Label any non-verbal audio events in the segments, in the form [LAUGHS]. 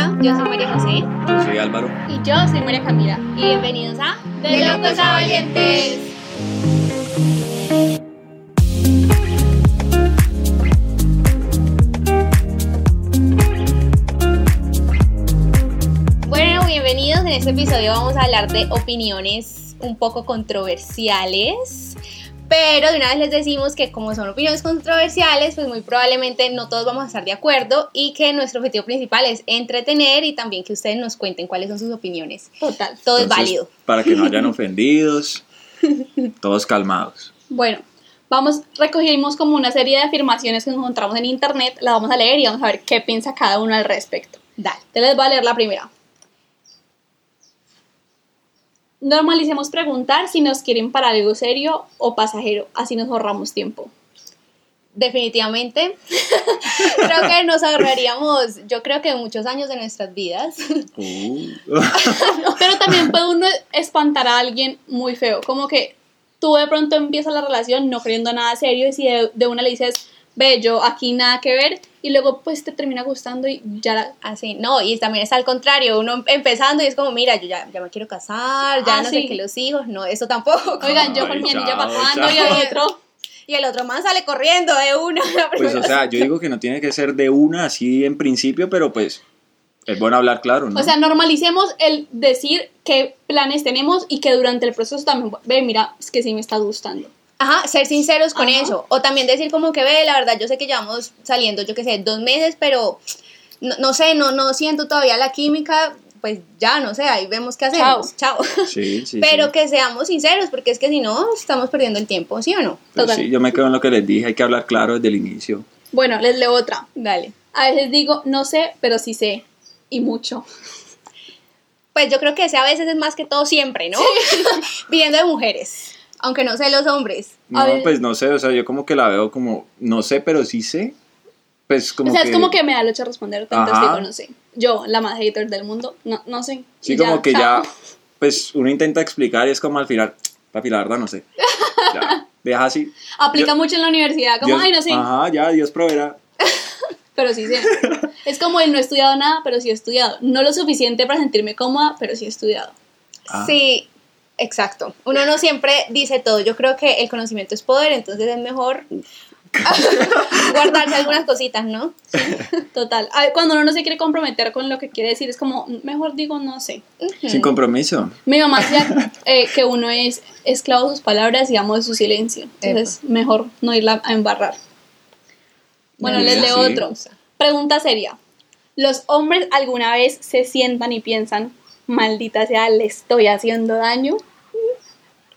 María José. Yo soy Álvaro. Y yo soy María Camila. Y bienvenidos a De Locos a Valientes. Bueno, bienvenidos. En este episodio vamos a hablar de opiniones un poco controversiales. Pero de una vez les decimos que como son opiniones controversiales, pues muy probablemente no todos vamos a estar de acuerdo y que nuestro objetivo principal es entretener y también que ustedes nos cuenten cuáles son sus opiniones. Total. Todo es Entonces, válido. Para que no hayan [LAUGHS] ofendidos, todos calmados. Bueno, vamos, recogimos como una serie de afirmaciones que encontramos en internet, las vamos a leer y vamos a ver qué piensa cada uno al respecto. Dale. Entonces les voy a leer la primera. Normalicemos preguntar si nos quieren para algo serio o pasajero, así nos ahorramos tiempo. Definitivamente. [LAUGHS] creo que nos ahorraríamos, yo creo que muchos años de nuestras vidas. [LAUGHS] [LAUGHS] Uh. Pero también puede uno espantar a alguien muy feo. Como que tú de pronto empiezas la relación no creyendo nada serio y si de, de una le dices, ve, yo aquí nada que ver, y luego pues te termina gustando y ya la... Así, no, y también es al contrario, uno em- empezando y es como, mira, yo ya, ya me quiero casar, ya Ah, no sí. sé qué los hijos, no, eso tampoco. [LAUGHS] Oigan, yo con Ay, mi anilla chao, pasando y chao. el otro... Y el otro man sale corriendo de una. [LAUGHS] Pues o sea, yo digo que no tiene que ser de una así en principio, pero pues es bueno hablar claro, ¿no? O sea, normalicemos el decir qué planes tenemos y que durante el proceso también, ve, mira, es que sí me está gustando. Ajá, ser sinceros con Ajá. eso. O también decir como que, ve, la verdad, yo sé que llevamos saliendo, yo qué sé, dos meses, pero no, no sé, no, no siento todavía la química, pues ya, no sé, ahí vemos qué hacemos. Chao. sí, Pues sí, [LAUGHS] pero sí. que seamos sinceros, porque es que si no, estamos perdiendo el tiempo, ¿sí o no? Pero total. sí, yo me quedo en lo que les dije, hay que hablar claro desde el inicio. Bueno, les leo otra. Dale. A veces digo, no sé, pero sí sé. Y mucho. Pues yo creo que ese a veces es más que todo siempre, ¿no? [LAUGHS] Viniendo de mujeres, aunque no sé los hombres. No, A ver. pues no sé, o sea, yo como que la veo como, no sé, pero sí sé. Pues como o sea, que, es como que me da lucha responder tantas Ajá. digo, no sé. Yo, la más hater del mundo, no, no sé. Sí, Y como que [LAUGHS] chao. ya, pues uno intenta explicar y es como al final, papi, la verdad no [LAUGHS] sé. Ya, deja así. Aplica Yo- mucho en la universidad, como, Dios- ay, no sé, Ajá, ya, Dios proveerá. pero [LAUGHS] sí sé. es como el no he estudiado nada, pero sí he estudiado. No lo suficiente para sentirme cómoda, pero sí he estudiado. Ah. Sí, exacto. Uno no siempre dice todo. Yo creo que el conocimiento es poder, entonces es mejor [LAUGHS] guardarse algunas cositas, ¿no? Total. A ver, cuando uno no se quiere comprometer con lo que quiere decir, es como, mejor digo, no sé. Sin compromiso. Mi mamá decía eh, que uno es esclavo de sus palabras y amo de su silencio. Entonces, mejor no irla a embarrar. Bueno, Muy les bien, leo sí. otro. Pregunta seria. ¿Los hombres alguna vez se sientan y piensan, maldita sea, le estoy haciendo daño?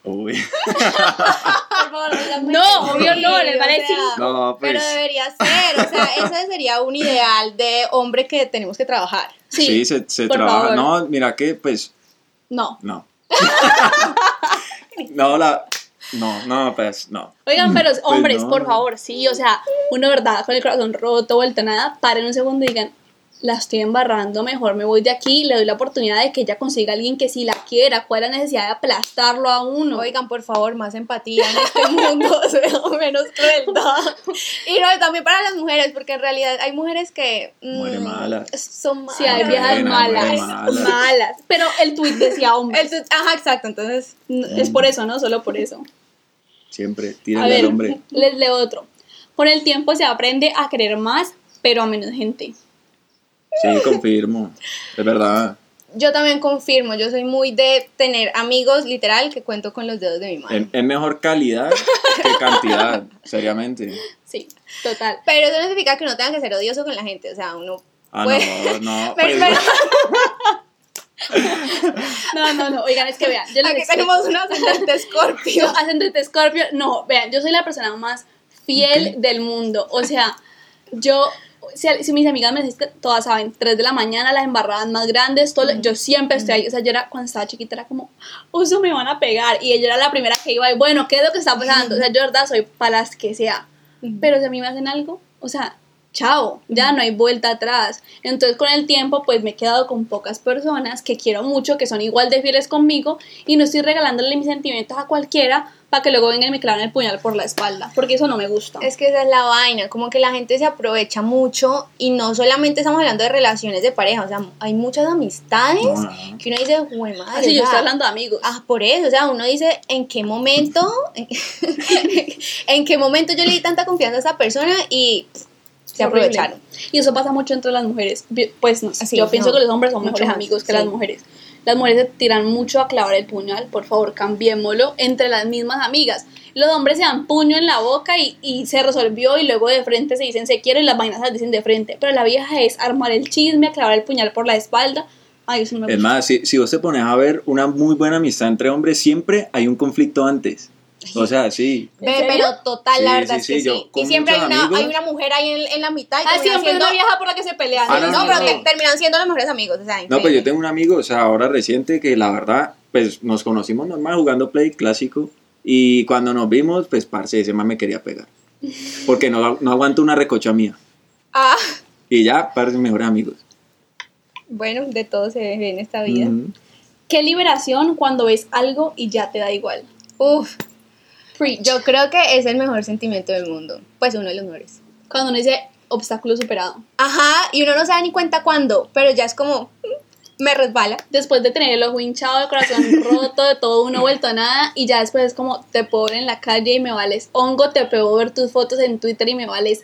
Uy. [LAUGHS] Por favor, díganme No, que sí, obvio no, les o parece. sea, No, pues. Pero debería ser, o sea, [LAUGHS] ese sería un ideal de hombre que tenemos que trabajar. Sí, se, se por trabaja. favor. No, mira que, pues, No. [LAUGHS] no. no, la. No, no, pues, no. Oigan, pero hombres, no. por favor, sí, o sea, uno verdad con el corazón roto, vuelto a nada, paren un segundo y digan, la estoy embarrando, mejor me voy de aquí, le doy la oportunidad de que ella consiga a alguien que sí la quiera, cuál es la necesidad de aplastarlo a uno. [LAUGHS] Oigan, por favor, más empatía en este mundo, o sea, menos crueldad. Y no, y también para las mujeres, porque en realidad hay mujeres que... mm, Mujeres malas. Son malas. si hay viejas Buena, malas, malas. malas. Pero el tuit decía hombres. El tu- Ajá, exacto, entonces... N- es por eso, ¿no? Solo por eso. Siempre, A tírale al ver, hombre. les leo otro. Con el tiempo se aprende a querer más, pero a menos gente. Sí, confirmo. Es verdad. Yo también confirmo, yo soy muy de tener amigos, literal, que cuento con los dedos de mi mano. Es es mejor calidad que [LAUGHS] cantidad, seriamente. Sí, total. Pero eso no significa que uno tenga que ser odioso con la gente, o sea, uno... Ah, Pues- no, [LAUGHS] [LAUGHS] no. Pero- pues, pero- No, no, no. Oigan, es que vean. Yo les Aquí explico. tenemos un ascendente escorpio. Yo, ascendente Escorpio, no, vean, yo soy la persona más fiel Ok. del mundo. O sea, yo, si, si mis amigas me dicen, todas saben, 3 de la mañana, las embarradas más grandes, todo, lo- yo siempre estoy ahí. O sea, yo era, cuando estaba chiquita, era como, uso, me van a pegar. Y ella era la primera que iba, y bueno, ¿qué es lo que está pasando? O sea, yo, de verdad, soy para las que sea. Pero si a mí me hacen algo, o sea, chao, ya no hay vuelta atrás. Entonces con el tiempo pues me he quedado con pocas personas que quiero mucho, que son igual de fieles conmigo y no estoy regalándole mis sentimientos a cualquiera para que luego vengan y me clavan el puñal por la espalda, porque eso no me gusta. [LAUGHS] Es que esa es la vaina, como que la gente se aprovecha mucho y no solamente estamos hablando de relaciones de pareja, o sea, hay muchas amistades Ajá. que uno dice, güey, madre. Ah, sí, o yo sea, estoy hablando de amigos. Ah, por eso, o sea, uno dice, ¿en qué momento? [LAUGHS] ¿En qué momento yo le di tanta confianza a esa persona y pff, se Horrible. aprovecharon? Y eso pasa mucho entre las mujeres. Vi- Pues no, sé, Así yo es, pienso no. que los hombres son Mucho mejores más, amigos que sí. las mujeres. Las mujeres se tiran mucho a clavar el puñal, por favor, cambiémoslo entre las mismas amigas. Los hombres se dan puño en la boca y, y se resolvió y luego de frente se dicen se quiero y las vainas se las dicen de frente. Pero la vieja es armar el chisme, a clavar el puñal por la espalda. Ay, eso no me Es gusta. más, si, si vos te pones a ver una muy buena amistad entre hombres, siempre hay un conflicto antes. O sea, sí. ¿En Ve, serio? pero total, la Sí, verdad sí, es sí, que yo sí. Y con siempre hay muchos una, amigos- hay una mujer ahí en, en la mitad y Ah, terminan siempre es siendo- una vieja por la que se pelean. Ah, no, no, pero no. que terminan siendo los mejores amigos. O sea, No, pues increíble. yo tengo un amigo, o sea, ahora reciente, que la verdad, pues nos conocimos normal jugando Play Clásico. Y cuando nos vimos, pues parce, ese más me quería pegar. Porque no, no aguanto una recocha mía. Ah, Y ya, parce, mejores amigos. bueno, de todo se ve en esta vida. Ujú. Qué liberación cuando ves algo y ya te da igual. Uf, Preach. yo creo que es el mejor sentimiento del mundo. Pues uno de los mejores. Cuando uno dice obstáculo superado. Ajá, y uno no se da ni cuenta cuándo, pero ya es como, mm, me resbala. después de tener el ojo hinchado, el [LAUGHS] corazón roto, de todo uno vuelto a nada, y ya después es como te puedo ver en la calle y me vales hongo, te puedo ver tus fotos en Twitter y [LAUGHS] me vales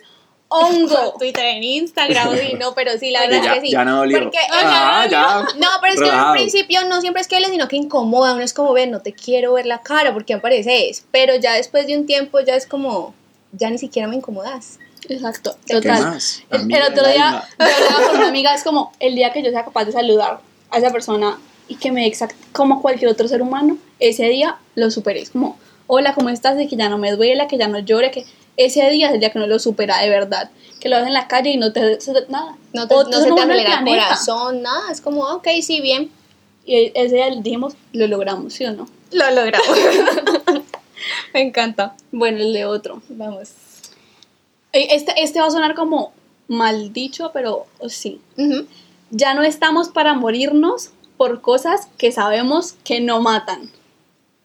hongo. Twitter, en Instagram, y no, pero sí, la verdad ya, es que sí. ya no dolió. Porque, ah, ya. No, pero es Relajado. que en un principio no siempre es que duele, sino que incomoda. Uno es como, ver, no te quiero ver la cara porque apareces. Pero ya después de un tiempo ya es como, ya ni siquiera me incomodas. Exacto, ¿Qué total. más? El, Amiga el otro del día alma. yo hablaba con una amiga, es como el día que yo sea capaz de saludar a esa persona y que me exacte como cualquier otro ser humano, ese día lo superé. Es como, hola, ¿cómo estás? Y que ya no me duela, que ya no llore, que ese día es el día que uno lo supera de verdad. Que lo ves en la calle y no te se- nada. No, te, Otro no se te humano del acelera el planeta. corazón, nada. Es como, "Ah, ok, sí, bien. Y ese día dijimos, lo logramos, ¿sí o no? Lo logramos. [LAUGHS] me encanta. Bueno, el de otro. Vamos. Eh, Este, este va a sonar como mal dicho, pero sí. Ujú. Ya no estamos para morirnos por cosas que sabemos que no matan.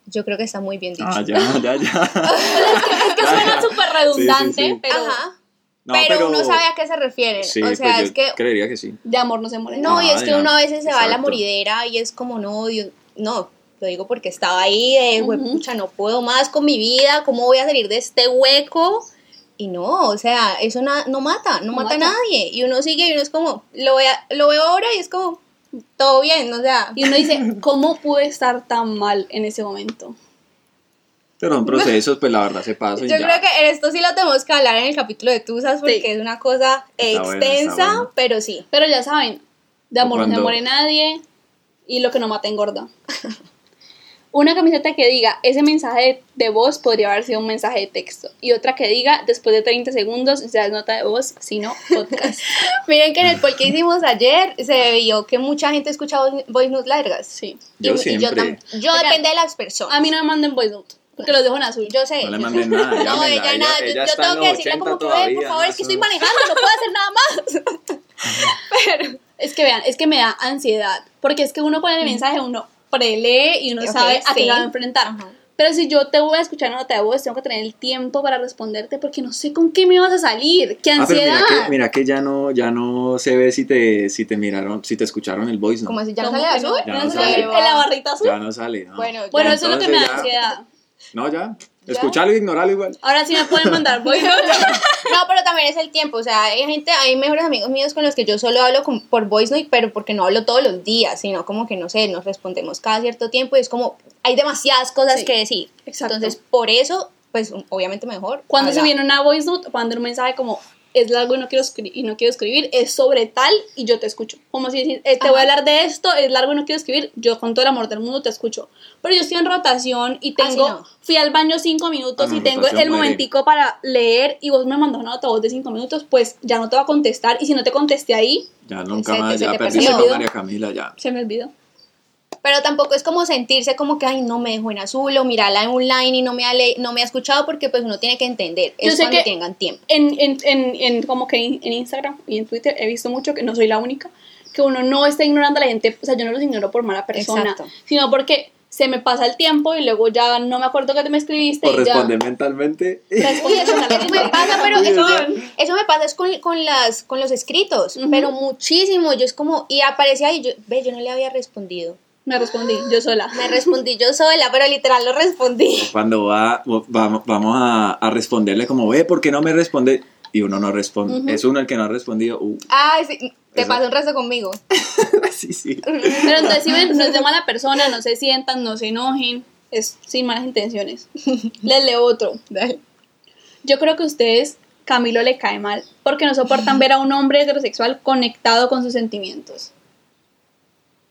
Yo creo que está muy bien dicho. Ah, ya, ya, ya. Es que suena súper redundante, Sí, sí, sí. pero Ajá. No, [LAUGHS] pero, uno sabe a qué se refieren. Sí, o sea, pues yo es que Creería que sí. de amor no se muere. No, y Ah, es que ya. uno a veces se va a la Exacto. moridera y es como, no, Dios, no, lo digo porque estaba ahí de, "Jue- pucha, no puedo más con mi vida, ¿cómo voy a salir de este hueco? Y no, o sea, eso na- no mata, no, No mata, mata. a nadie. Y uno sigue y uno es como, lo, vea- lo veo ahora y es como, todo bien, o sea. Y uno dice, ¿cómo pude estar tan mal en ese momento? [LAUGHS] Pero son procesos, pues la verdad se pasa. Yo y ya. creo que esto sí lo tenemos que hablar en el capítulo de Tusas porque es una cosa Está bueno, está extensa, bueno. pero sí. Pero ya saben, de amor no se Cuando- muere nadie y lo que no mata engorda. [LAUGHS] Una camiseta que diga, ese mensaje de voz podría haber sido un mensaje de texto. Y otra que diga, después de 30 segundos ya es nota de voz, sino [LAUGHS] podcast. Miren que en el poll que hicimos ayer se vio que mucha gente escucha voice- voice notes largas. Sí. Yo Y- y siempre. tam- yo Oigan, depende de las A personas. mí no me manden voice note, porque los dejo en azul. Yo sé. No le yo mandé sé. nada, [LAUGHS] No, llámela, ella ella- nada. yo- ella yo está tengo en que los decirle 80 como que, "Ve, por todavía, favor, no, es que eso estoy no". manejando, no puedo hacer nada más. Es que vean, es que me da ansiedad, porque es que uno pone el mensaje, uno prelee y uno Ok, sabe a qué sí. lo va a enfrentar. Ajá. Pero si yo te voy a escuchar una nota de voz, tengo que tener el tiempo para responderte porque no sé con qué me vas a salir. ¡Qué Ah, pero ansiedad! mira que, mira que ya no, ya no se ve si te, si te miraron, si te escucharon el voice, ¿no? Como si ya no ¿Cómo sale que no? azul. Ya ¿No no sale sale. en la barrita azul? Ya no sale, ¿no? Bueno, ya. Bueno, eso es lo que me da Entonces ya- ansiedad. No, ya. Ya. Escucharlo e ignorarlo igual. Ahora sí me pueden [LAUGHS] mandar voy No, pero también es el tiempo. O sea, hay gente, hay mejores amigos míos con los que yo solo hablo con- por voice note, pero porque no hablo todos los días, sino como que no sé, nos respondemos cada cierto tiempo y es como hay demasiadas cosas Sí, que decir. exacto. Entonces, por eso, pues obviamente mejor. Cuando se hablar. viene una voice note, manden un mensaje como es largo y no quiero escribir, y no quiero escribir, es sobre tal y yo te escucho. Como si decís, eh, te voy Ajá. a hablar de esto, es largo y no quiero escribir, yo con todo el amor del mundo te escucho. Pero yo estoy en rotación y Ah, sí, tengo, no. fui al baño cinco minutos Ah, no, y tengo rotación el muere. momentico para leer y vos me mandas una nota voz de cinco minutos, pues ya no te va a contestar y si no te contesté ahí, Ya nunca Se- más, se ya te perdiste perdió. con María Camila, ya. se me olvidó. pero tampoco es como sentirse como que, ay, no me dejó en azul o mirala online y no me ha, le- no me ha escuchado porque pues uno tiene que entender, Yo es sé cuando que- tengan [LAUGHS] tiempo. en, en, en, en- como que en, en Instagram y en Twitter he visto mucho que no soy la única, que uno no está ignorando a la gente, o sea, yo no los ignoro por mala persona, Exacto. sino porque se me pasa el tiempo y luego ya no me acuerdo que te me escribiste Por y ya responder mentalmente. eh, Uy, eso, [LAUGHS] eso me pasa, pero Sí, eso, o sea. eso me pasa es con, con las, con los escritos, Ujú. pero muchísimo. Yo es como, y aparecía y yo, ve, yo no le había respondido. me respondí yo sola. Me respondí yo sola, pero literal lo respondí. Cuando va, va- vamos a, a responderle como, ve, ¿por qué no me responde? Y uno no responde. Ujú. Es uno el que no ha respondido. [LAUGHS] Uh, [LAUGHS] Ay, sí, te Eso. pasó un resto [LAUGHS] conmigo. sí, sí. Pero entonces si ven, no es de mala persona, no se sientan, no se enojen, es sin [LAUGHS] malas intenciones. Les leo otro. Yo creo que ustedes, Camilo le cae mal, porque no soportan ver a un hombre heterosexual conectado con sus sentimientos.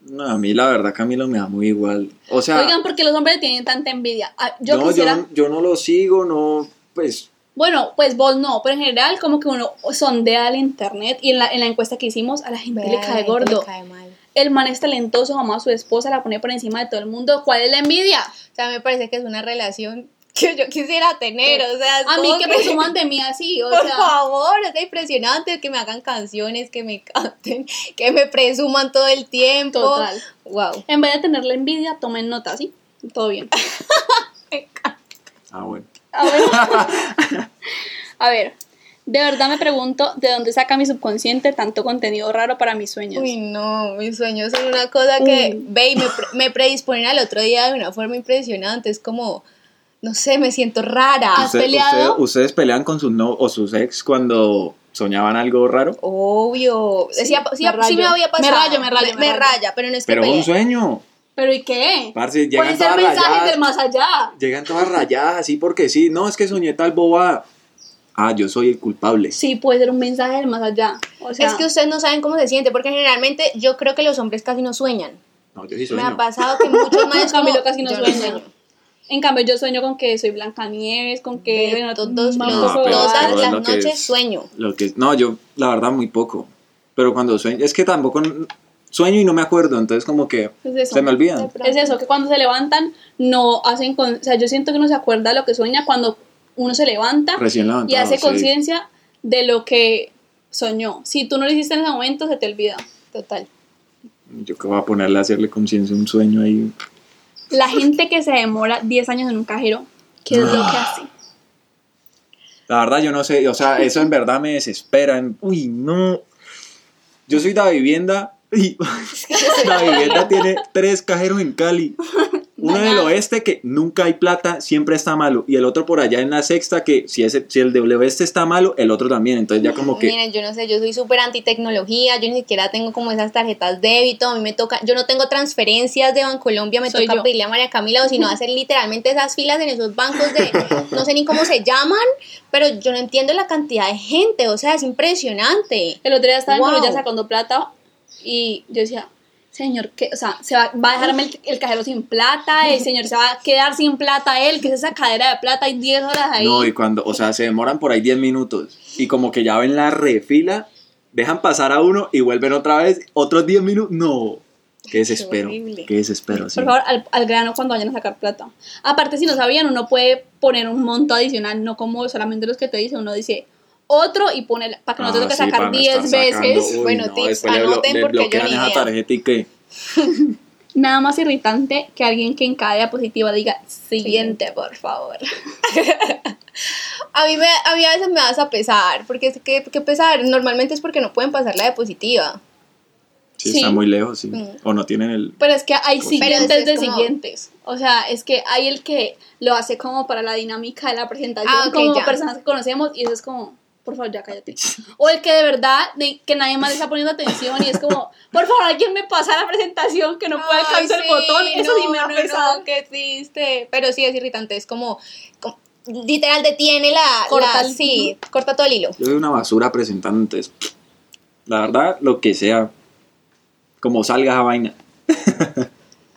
No, a mí la verdad Camilo me da muy igual. O sea, Oigan, porque los hombres tienen tanta envidia. Ah, Yo no, quisiera. yo, yo no lo sigo, no, pues Bueno, pues vos no, pero en general, como que uno sondea el internet y en la, en la encuesta que hicimos, a la gente le cae gordo. Le cae mal. El man es talentoso, ama a su esposa, la pone por encima de todo el mundo. ¿Cuál es la envidia? O sea, me parece que es una relación que yo quisiera tener. O sea, es A mí como que presuman de mí así, o Por sea. favor, es impresionante que me hagan canciones, que me [LAUGHS] canten, que me presuman todo el tiempo. Total. Wow. En vez de tener la envidia, tomen nota, ¿sí? Todo bien. ah bueno. A ver. A ver. De verdad me pregunto de dónde saca mi subconsciente tanto contenido raro para mis sueños. Uy, no, mis sueños son una cosa que, Uy. ve, y me, pre- me predisponen al otro día de una forma impresionante. Es como, no sé, me siento rara. ¿Has peleado? usted- ustedes pelean con sus no o sus ex cuando soñaban algo raro, Obvio. Sí, sí, sí me me, rayo. había Me pasado. rayo, me rayo, me rayo. raya, pero no es que pero es pelee. un sueño. ¿Pero y qué? Parce, llegan Pueden ser todas mensajes rayadas. del más allá. Llegan todas rayadas, así porque sí. No, es que soñé tal bobada. Ah, yo soy el culpable. Sí, puede ser un mensaje del más allá. O sea, Es que ustedes no saben cómo se siente, porque generalmente yo creo que los hombres casi no sueñan. No, yo sí Me ha sueño. pasado que [LAUGHS] muchos más Camilo casi no sueña. En cambio, yo sueño con que soy Blancanieves, con que. Ve, bueno, todos vamos los- a pero todas eso probar. es las lo que noches es. sueño. Lo que no, yo la verdad muy poco. Pero cuando sueño, es que tampoco sueño y no me acuerdo, entonces como que Es eso. se me olvidan. De Es eso, que cuando se levantan, no hacen. Con... O sea, yo siento que uno se acuerda lo que sueña cuando uno se levanta Recién levantado. y hace sí. conciencia de lo que soñó. Si tú no lo hiciste en ese momento, se te olvida. Total. Yo que voy a ponerle a hacerle conciencia a un sueño ahí. La gente que se demora 10 años en un cajero, ¿qué es lo que Ah. hace? La verdad, yo no sé, o sea, eso en verdad me desespera. en- Uy, no. Yo soy da vivienda y [LAUGHS] la vivienda tiene tres cajeros en Cali. Uno en el oeste que nunca hay plata, siempre está malo. Y el otro por allá en la sexta que si, ese, si el del oeste está malo, el otro también. Entonces ya como que... Miren, yo no sé, yo soy súper antitecnología, yo ni siquiera tengo como esas tarjetas débito, a mí me toca, yo no tengo transferencias de Bancolombia, me Soy toca yo. pedirle a María Camila o si no hacer literalmente esas filas en esos bancos de, no sé ni cómo se llaman, pero yo no entiendo la cantidad de gente, o sea, es impresionante. El otro día estaba en Wow. Colombia sacando plata y yo decía, señor, ¿qué? O sea, se va, va a dejarme el, el cajero sin plata, el señor se va a quedar sin plata él, que es esa cadera de plata, hay 10 horas ahí. No, y cuando, o sea, se demoran por ahí 10 minutos y como que ya ven la refila, dejan pasar a uno y vuelven otra vez, otros 10 minutos. No, qué desespero. horrible. Qué desespero, sí. Por favor, al, al grano cuando vayan a sacar plata. Aparte, si no sabían, uno puede poner un monto adicional, no como solamente los que te dicen, uno dice otro y pone, la- para que no te Ah, toque sí, para sacar no 10 estar sacando. veces. Uy, Bueno, no, tips, después le blo- anoten le porque yo bloquean ni esa idea. tarjeta y qué. Nada más irritante que alguien que en cada diapositiva diga siguiente, por favor. A mí, me, a mí a veces me das a pesar, porque es que, que pesar, normalmente es porque no pueden pasar la diapositiva. Sí, Sí. está muy lejos, sí. Mm. O no tienen el... Pero es que hay Pero siguientes es de como- siguientes. O sea, es que hay el que lo hace como para la dinámica de la presentación, Ah, ok, como ya. personas que conocemos, y eso es como, por favor, ya cállate. [LAUGHS] O el que de verdad, de- que nadie más le está poniendo atención, y es como, por favor, alguien me pasa la presentación, que no puedo alcanzar el botón. Eso sí me ha pesado. no, qué triste. Pero sí es irritante, es como, como- literal detiene la, Corta la- el- sí, corta todo el hilo. Yo soy una basura presentando, entonces... La verdad, lo que sea, como salga [LAUGHS] esa vaina.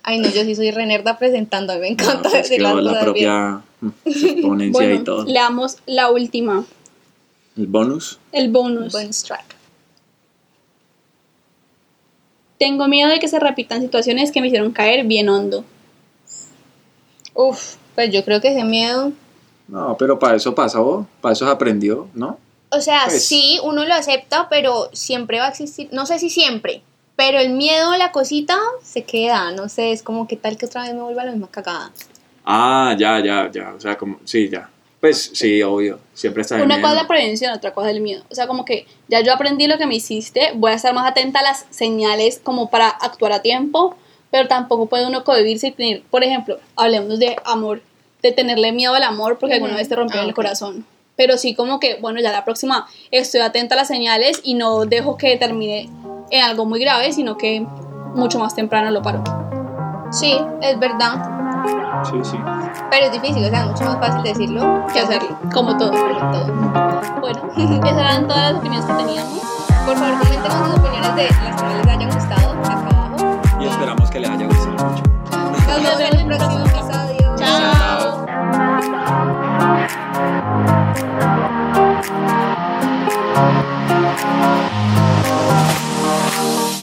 Ay, no, yo sí soy renerda presentando, a mí me encanta No, es decir que las pues la cosas bien. propia mm, se pone en [LAUGHS] sí y todo. Bueno, leamos la última, El bonus. el bonus. Bonus track. Tengo miedo de que se repitan situaciones que me hicieron caer bien hondo. Uf, pues yo creo que ese miedo. No, pero para eso pasó, para eso se aprendió, ¿no? O sea, Pues. sí, uno lo acepta, pero siempre va a existir. No sé si siempre, pero el miedo, la cosita, se queda. No sé, es como que tal que otra vez me vuelva la misma cagada. Ah, ya, ya, ya. O sea, como, sí, ya. Pues sí, obvio. Siempre está el Una miedo. cosa es la prevención, otra cosa es el miedo. O sea, como que ya yo aprendí lo que me hiciste, voy a estar más atenta a las señales como para actuar a tiempo, pero tampoco puede uno cohibirse y tener, por ejemplo, hablemos de amor, de tenerle miedo al amor porque alguna Ujú. vez te rompió Ah, el ok. corazón. Pero sí como que, bueno, ya la próxima estoy atenta a las señales y no dejo que termine en algo muy grave, sino que mucho más temprano lo paro. Sí, es verdad. Sí, sí. Pero es difícil, o sea, es mucho más fácil decirlo Que hacerlo, como todo. que todo. Bueno, [LAUGHS] esas eran todas las opiniones que teníamos. Por favor, comenten con sus opiniones de las que no les hayan gustado. Acabamos.